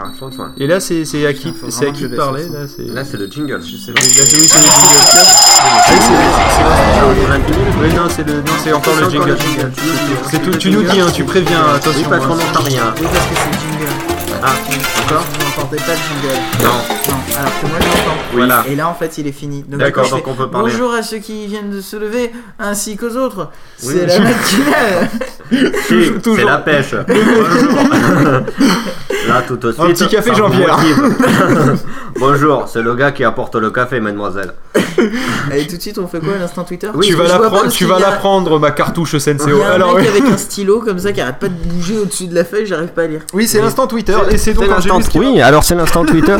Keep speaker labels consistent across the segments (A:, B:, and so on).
A: Franck Soin.
B: Et là, c'est c'est à qui,
C: Putain, faut
B: c'est à qui
C: vraiment que je
B: parler
C: baisse le
B: Là, c'est.
A: Là, c'est le jingle.
C: Je sais
B: Là,
C: pas.
B: c'est oui, c'est le jingle.
A: Ah C'est Olympique.
B: Oui, non, c'est le, non, c'est encore le jingle. C'est tout. Tu nous dis, hein, tu préviens.
A: Oui,
B: Attention.
A: parce qu'on
B: hein.
A: n'entend rien.
C: Oui, parce que c'est jingle.
A: Ah,
C: D'accord Vous n'entendez pas le jingle.
A: Non,
C: Non, alors que moi je l'entends.
A: voilà.
C: Et là en fait il est fini. Donc,
A: D'accord,
C: je fais
A: donc on peut parler.
C: Bonjour à ceux qui viennent de se lever ainsi qu'aux autres.
A: Oui.
C: C'est la matinale.
A: Si, C'est la pêche. Là, tout au suite.
B: petit café,
A: ça
B: Jean-Pierre.
A: motive. Bonjour, c'est le gars qui apporte le café, mademoiselle.
C: Allez tout de suite on fait quoi à l'instant Twitter
B: tu vas
C: Je vois pas
B: l'apprendre.
C: parce
B: Tu
C: qu'il
B: vas
C: y a-
B: l'apprendre, ma cartouche
C: Il
B: Senseo.
C: y a un
B: Alors.
C: mec
B: oui.
C: avec un stylo comme ça qui arrête pas de bouger au-dessus de la feuille, j'arrive pas à lire.
B: Oui, c'est l'instant Twitter et c'est donc
A: C'est l'instant-
B: Angélus qui va-
A: Oui, alors c'est l'instant Twitter.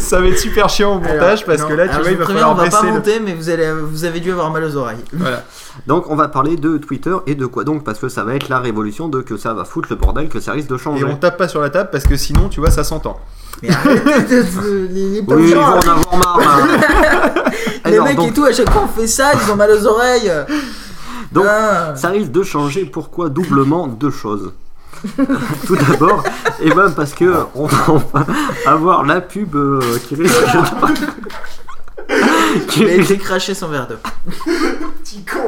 B: Ça va être super chiant au montage parce
C: Non,
B: que là,
C: alors,
B: tu
C: je
B: vois, il
C: vous
B: va
C: préviens,
B: falloir
C: on va pas
B: baisser. le-
C: monter, mais vous, allez, vous avez dû avoir mal aux oreilles.
B: Voilà.
A: Donc, on va parler de Twitter et de quoi donc Parce que ça va être la révolution de que ça va foutre le bordel, que ça risque de
B: Et
A: changer.
B: on tape pas sur la table parce que sinon, tu vois, ça s'entend.
C: Mais arrêtez de- il est pas
A: Oui, ils vont
C: genre,
A: en avoir marre. hein.
C: Les
A: Alors,
C: mecs
A: donc-
C: et tout, à chaque fois on fait ça, ils ont mal aux oreilles.
A: Donc,
C: Ah.
A: Ça risque de changer. Pourquoi doublement deux choses Tout d'abord, et ben parce que on va enfin avoir la pub euh, qui risque de... qui
C: Mais
A: risque-
C: j'ai craché son verre d'eau.
B: hein.
C: Petit con.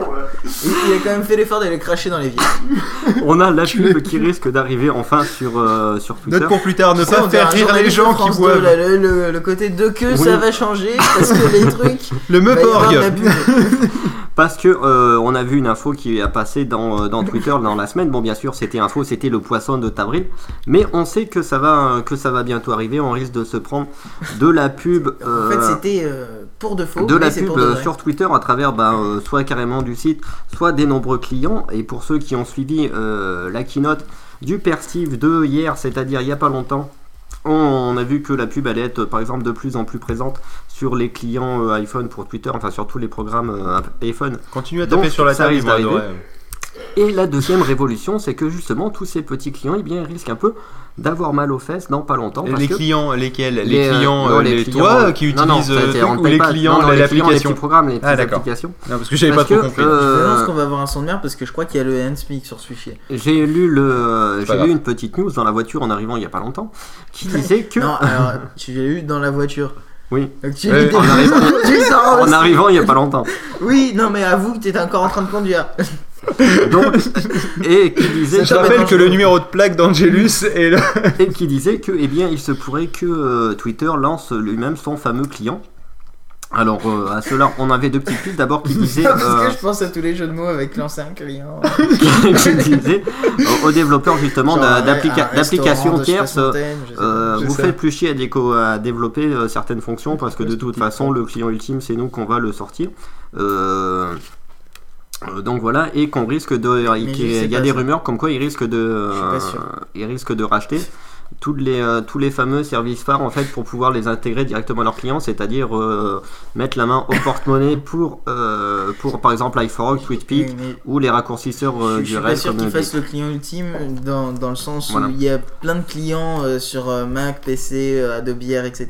C: Il a quand même fait l'effort d'aller cracher dans les vies.
A: on a la pub qui risque d'arriver enfin sur, euh, sur Twitter.
B: Note pour plus tard, ne
C: Ça,
B: pas
C: on
B: faire
C: dirait un
B: rire les
C: journaliste de
B: gens qui
C: France
B: boivent.
C: deux, là, le, le- le côté de queue,
A: Oui.
C: ça va changer parce que les trucs.
B: Le
C: il va y avoir de la
B: Meuporg.
C: pub.
A: Parce que euh, on a vu une info qui a passé dans, euh, dans Twitter dans la semaine. Bon, bien sûr, c'était info, c'était le poisson de Tavril. Mais on sait que ça va euh, que ça va bientôt arriver. On risque de se prendre de la pub.
C: En
A: euh,
C: fait, c'était euh, pour de faux.
A: de
C: mais
A: la
C: c'est
A: pub
C: pour de
A: euh,
C: vrai.
A: sur Twitter à travers bah, euh, soit carrément du site, soit des nombreux clients. Et pour ceux qui ont suivi euh, la keynote du Persif de hier, c'est-à-dire il n'y a pas longtemps, on, on a vu que la pub allait être euh, par exemple de plus en plus présente sur les clients euh, iPhone pour Twitter, enfin sur tous les programmes euh, iPhone.
B: Continue à taper
A: Donc,
B: sur la
A: ça
B: table, ils
A: risque
B: vont adorer.
A: Et la deuxième révolution, c'est que justement tous ces petits clients, eh bien, ils risquent un peu d'avoir mal aux fesses dans pas longtemps.
B: Et
A: parce
B: Les
A: que-
B: clients, lesquels Les,
A: euh,
B: clients,
A: non,
B: euh, les,
A: clients,
B: toi
A: euh,
B: qui
A: non, non,
B: utilisent
A: ça,
B: euh,
A: c'est- on
B: truc, ou
A: paye
B: les
A: pas-
B: clients,
A: non, non, les clients, les
B: l'application
A: petits programmes, les
B: Ah,
A: petites
B: d'accord.
A: applications.
B: Non, parce que j'avais pas
A: Parce
B: trop
A: que,
B: compris.
C: Je
A: euh,
C: pense qu'on va avoir un son de merde parce que je crois qu'il y a le handspeak sur ce fichier.
A: J'ai lu le,
B: pas
A: j'ai
B: grave.
A: lu une petite news dans la voiture en arrivant il y a pas longtemps qui disait que
C: Non, alors tu l'as eu dans la voiture.
A: Oui.
C: Donc tu,
B: Ouais,
A: en arrivant-
C: tu sors
A: en
C: aussi.
A: arrivant il y a pas longtemps.
C: Oui, non, mais avoue que t'étais encore en train de conduire.
A: Donc et qui disait
B: Je
C: Ça
B: rappelle
C: m'étonne.
B: que le numéro de plaque d'Angelus est le.
A: et qui disait que eh bien il se pourrait que euh, Twitter lance lui-même son fameux client. Alors euh, à cela on avait deux petites pistes d'abord qui disaient
C: Parce
A: euh,
C: que je pense à tous les jeux de mots avec l'ancien client.
A: qui disait euh, aux développeurs justement
C: Genre,
A: d'a-
C: ouais,
A: d'applica-
C: un restaurant
A: d'applications
C: de
A: tierces euh,
C: soixantaine, je sais pas.
A: Euh,
B: C'est
A: vous
B: ça.
A: faites plus chier à, déco- à développer euh, certaines fonctions parce que de
B: Ouais,
A: toute
B: c'est
A: façon, le client ultime, c'est nous qu'on va le sortir. Euh, euh, donc voilà, et qu'on risque de.
C: je
A: qu'il-
C: sais
A: Il y a
C: pas
A: des
C: ça.
A: rumeurs comme quoi ils risquent de.
C: Je suis pas
A: euh,
C: sûr.
A: ils risquent de racheter. Tous les, euh, tous les fameux services phares en fait pour pouvoir les intégrer directement à leurs clients, c'est-à-dire euh, mettre la main au porte-monnaie pour, euh, pour par exemple iForog,
C: Mais-
A: TweetPeak
C: mais
A: ou les raccourcisseurs euh,
C: je- je
A: du
C: suis pas
A: reste
C: sûr qu'il
A: comme-
C: fasse le client ultime dans, dans le sens
A: Voilà.
C: où il y a plein de clients euh, sur euh, Mac, PC, euh, Adobe Air, etc.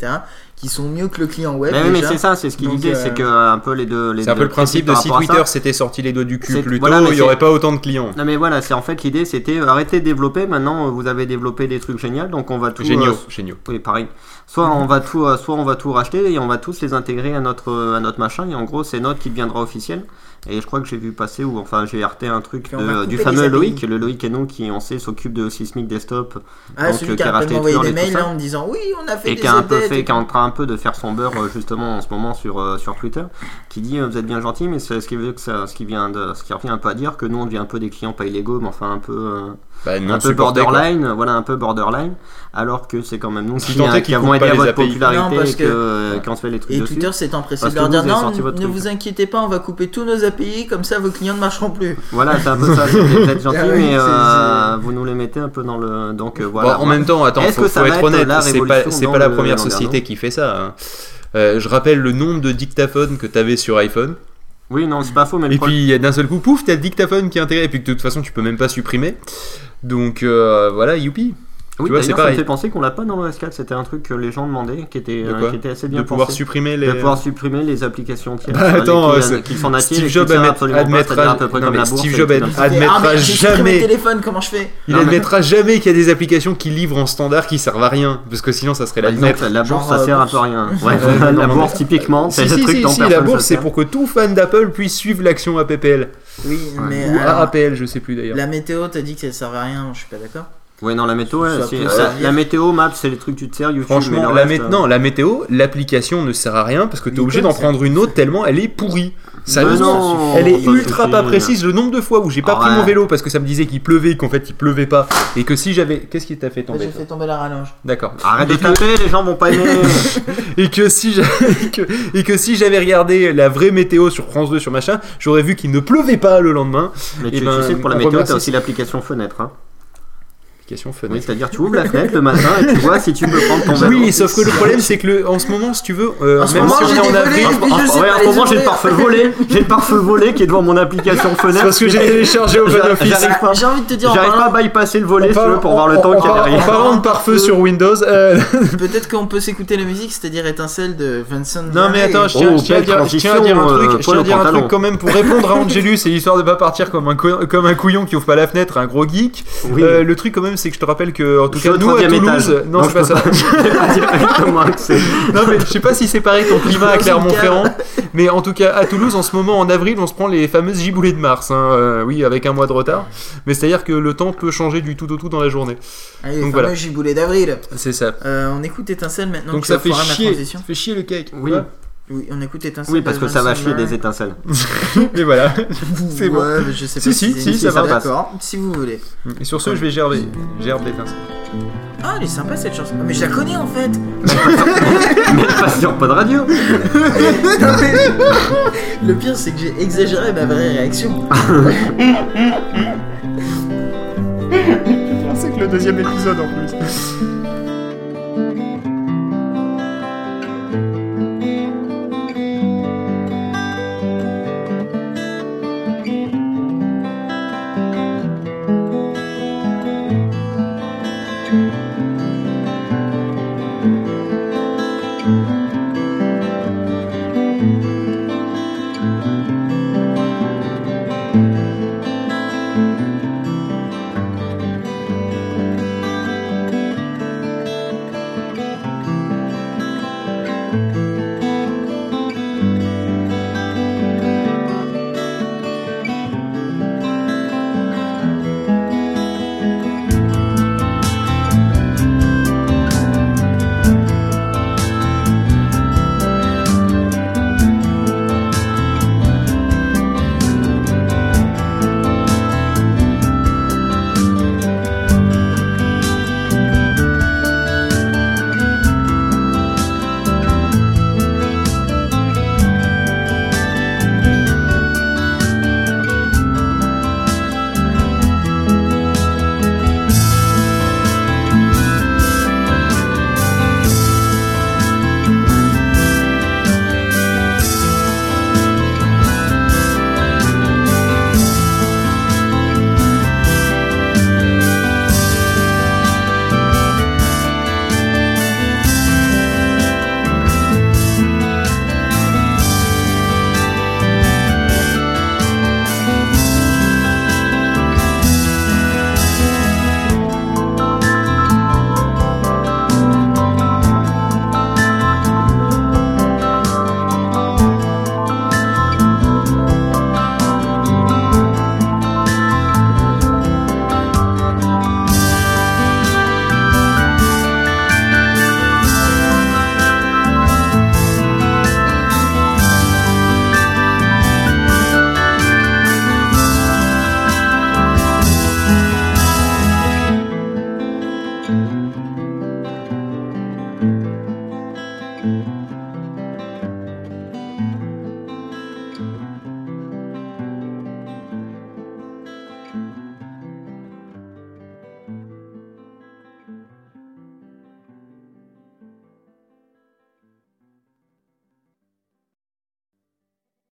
C: qui sont mieux que le client web.
A: Mais, Ben oui, mais
C: déjà.
A: c'est ça, c'est ce qu'il
C: Donc,
A: disait,
C: euh,
A: c'est que euh, un peu les deux. les
B: C'est un peu
A: deux
B: le principe
A: critiques
B: de
A: par
B: si
A: rapport à ça.
B: Twitter s'était sorti les doigts du
A: C'est-
B: cul plus tôt,
A: voilà, mais
B: il y
A: c'est-
B: aurait pas autant de clients.
A: Non mais voilà, c'est en fait l'idée, c'était euh, arrêtez de développer. Maintenant, euh, vous avez développé des trucs géniaux, donc on va tout.
B: Géniaux,
A: euh,
B: géniaux.
A: oui, pareil. Soit on va tout, euh, soit on va tout racheter et on va tous les intégrer à notre euh, à notre machin. Et en gros, c'est notre qui deviendra officiel. Et je crois que j'ai vu passer ou enfin j'ai heurté un truc
C: Puis on
A: de-
C: va couper
A: du
C: les
A: fameux
C: API.
A: Loïc, le Loïc et nous qui on sait s'occupe de Sismic Desktop
C: Ah,
A: donc,
C: celui
A: euh,
C: qui
A: qui a
C: a
A: racheté
C: m'envoyer
A: Twitter
C: des
A: et tout
C: mails
A: ça.
C: là, en me disant oui, on a fait
A: et
C: des
A: qui a un peu
C: updates
A: fait,
C: et
A: qui est en train un peu de faire son beurre euh, justement en ce moment sur euh, sur Twitter, qui dit euh, vous êtes bien gentil, mais c'est ce qui veut que ça, ce qui vient de, ce qui revient un peu à dire que nous on devient un peu des clients pas illégaux, mais enfin un peu. euh,
B: Bah, non
A: un peu
B: supporté, quoi.
A: borderline, voilà, un peu borderline, alors que c'est quand même nous
B: Si
A: qui,
B: tant est
A: qui
B: qu'ils
A: avons
B: coupent
A: aidé
B: pas
A: à
B: les
A: votre
B: API.
A: popularité
C: Non, parce
A: et
C: que-
A: que, euh, qu'on se fait les trucs
C: Et
A: dessus.
C: Twitter s'est empressé
A: Parce
C: de
A: que
C: leur
A: vous
C: dire
A: avez
C: non,
A: sorti
C: ne
A: votre truc.
C: vous inquiétez pas, on va couper tous nos API, comme ça vos clients ne marcheront plus.
A: Voilà, c'est un peu ça, c'est- vous êtes gentil,
C: Ah oui,
A: mais
C: c'est-
A: euh, vous nous les mettez un peu dans le. Donc euh,
B: Bon,
A: voilà.
B: en même temps, attends,
A: Est-ce
B: faut,
A: que ça
B: faut
A: va
B: être
A: être
B: honnête,
A: la
B: c'est pas,
A: révolution
B: c'est
A: dans
B: pas la
A: le-
B: première
A: dans le
B: société
A: Berlin
B: qui fait ça. hein. Euh, je rappelle le nombre de dictaphones que t'avais sur iPhone.
A: Oui, non, c'est pas faux, mais le
B: Et
A: problème-
B: puis il y a d'un seul coup, pouf, t'as le dictaphone qui est intégré. Et puis que de toute façon, tu peux même pas supprimer. Donc euh, voilà, youpi.
A: Oui,
B: vois, c'est
A: d'ailleurs, ça me
B: pareil.
A: fait penser qu'on l'a pas dans l'OS 4. C'était un truc que les gens demandaient, qui était,
B: De
A: euh,
B: quoi
A: qui était assez bien
B: de pouvoir
A: pensé.
B: supprimer les. euh,
A: de pouvoir supprimer les applications entières.
B: Bah,
A: enfin,
B: attends,
A: les
B: euh,
A: qui,
B: c'est-
A: qui s'en attirent et
B: Steve
A: qui
B: Jobs
A: tiennent
B: admet-
A: absolument pas,
B: admettra,
A: c'est-à-dire à peu près
B: non,
A: comme
B: mais
A: la bourse.
B: Steve
A: et
B: Jobs
A: tout comme ça.
C: Il fait, ah,
B: admettra
C: merde, j'ai supprimé
B: jamais
C: le téléphone, comment je fais
B: Il
A: Non, mais-
B: admettra jamais qu'il y a des applications qui livrent en standard qui servent à rien, parce que sinon ça serait la
A: Par exemple,
B: fenêtre.
A: la bourse,
C: Genre,
A: ça
C: euh,
A: sert un
C: bourse.
A: peu à rien. Ouais,
B: Euh,
A: la
B: non, mais-
A: bourse, typiquement, c'est
B: Si,
A: le
B: si,
A: truc
B: si,
A: dont
B: si,
A: personne
B: la
A: se
B: bourse c'est
A: sert.
B: pour que tout fan d'Apple puisse suivre l'action APPL
C: Oui, mais
B: ou
C: alors,
B: AAPL, je sais plus d'ailleurs.
C: la météo te dit que ça sert à rien, je suis pas d'accord.
A: Ouais, non, la météo, ouais,
C: Ça
A: c'est-
C: peut
A: la-
C: servir.
A: la météo, Maps, c'est les trucs que tu te sers, YouTube. mais
B: Franchement,
A: le
B: la,
A: reste,
B: mé- non, la météo, l'application ne sert à rien parce que tu es
C: Nickel,
B: obligé d'en
C: ça-
B: prendre une autre tellement elle est pourrie. Ça-
A: Mais non,
B: elle est
A: ça
B: ultra
A: suffit.
B: pas précise. Le nombre de fois où j'ai pas
A: Ah
B: pris
A: ouais.
B: mon vélo parce que ça me disait qu'il pleuvait, qu'en fait il pleuvait pas, et que si j'avais. Qu'est-ce qui t'a fait
C: Moi,
B: tomber
C: j'ai
B: toi
C: fait tomber la rallonge.
B: D'accord.
A: Bah, Arrête de
B: Et que-
A: taper, les gens vont pas aimer.
B: et que si j'avais, et que- et que si j'avais regardé la vraie météo sur France 2 sur machin, j'aurais vu qu'il ne pleuvait pas le lendemain.
A: Mais
B: Eh
A: tu,
B: ben,
A: tu sais que pour la
B: on
A: météo,
B: remercie.
A: t'as aussi l'application fenêtre. hein.
B: Application
A: Oui,
B: fenêtre.
A: c'est-à-dire, tu ouvres la fenêtre le matin et tu vois si tu peux prendre ton
B: Oui,
A: vélo.
B: sauf que le problème c'est que le- en ce moment, si tu veux, euh,
C: En ce
B: même
C: moment,
B: si on
C: j'ai
B: est en
C: des
B: avril,
C: volets.
A: En-
C: Je sais
A: ouais,
C: pas
A: en
C: les
A: ce moment, j'ai
C: ouvrir.
A: le pare-feu volé. J'ai le pare-feu volé qui est devant mon application
B: c'est
A: fenêtre.
B: parce que j'ai téléchargé Open
A: J'a-
B: Office.
A: J'arrive
C: Ah,
A: pas.
C: J'ai envie de te dire, en
A: J'arrive pas à
C: parlant,
A: bypasser le volet,
B: On
A: si tu
B: parle-
A: veux, pour voir le
B: on-
A: temps
B: on
A: qu'il y a
B: parle- En
A: derrière.
B: parlant de pare-feu sur Windows. euh,
C: peut-être qu'on peut s'écouter la musique, c'est-à-dire étincelle de Vincent.
B: Non mais
C: Vernet.
B: attends, je tiens,
A: Oh,
B: je tiens à,
A: belle
B: dire, je tiens à dire un
A: transition,
B: truc,
A: euh, poil
B: je tiens à
A: au
B: dire un
A: pantalon.
B: truc quand même pour répondre à Angelus et histoire de pas partir comme un co- comme un couillon qui ouvre pas la fenêtre, un gros geek.
A: Oui.
B: Euh, le truc quand même, c'est que je te rappelle que en tout
A: Je suis
B: cas
A: au
B: nous à
A: troisième
B: Toulouse,
A: étage.
B: non
A: Donc,
B: c'est pas
A: je peux
B: ça.
A: J'ai pas directement accès.
B: Non mais je sais pas si c'est pareil ton climat à Clermont-Ferrand, mais en tout cas à Toulouse en ce moment en avril on se prend les fameuses giboulées de mars, hein, euh, oui avec un mois de retard, mais c'est à dire que le temps peut changer du tout au tout dans la journée.
C: Allez, le
B: Donc
C: fameux
B: voilà.
C: giboulet d'avril.
B: C'est ça.
C: Euh, on écoute étincelle maintenant.
B: Donc
C: tu
B: ça
C: vas
B: fait
C: foirer ma
B: chier, ça
C: transition.
B: fait chier le cake.
A: Oui.
B: quoi.
C: Oui, on écoute étincelle.
A: Oui, parce que ça va chier des
C: étincelles.
A: étincelles.
B: Mais voilà. C'est bon.
C: Ouais, mais je sais pas
B: Si, si, si, ça
A: va.
C: D'accord, si vous voulez.
B: Et sur ce je vais gerber, gerbe l'étincelle.
C: Ah, elle est sympa cette chanson. Ah, mais je la connais en fait.
A: Mais pas sur pas de radio.
C: Non, mais- Le pire, c'est que j'ai exagéré ma vraie réaction.
B: C'est que le deuxième épisode en plus.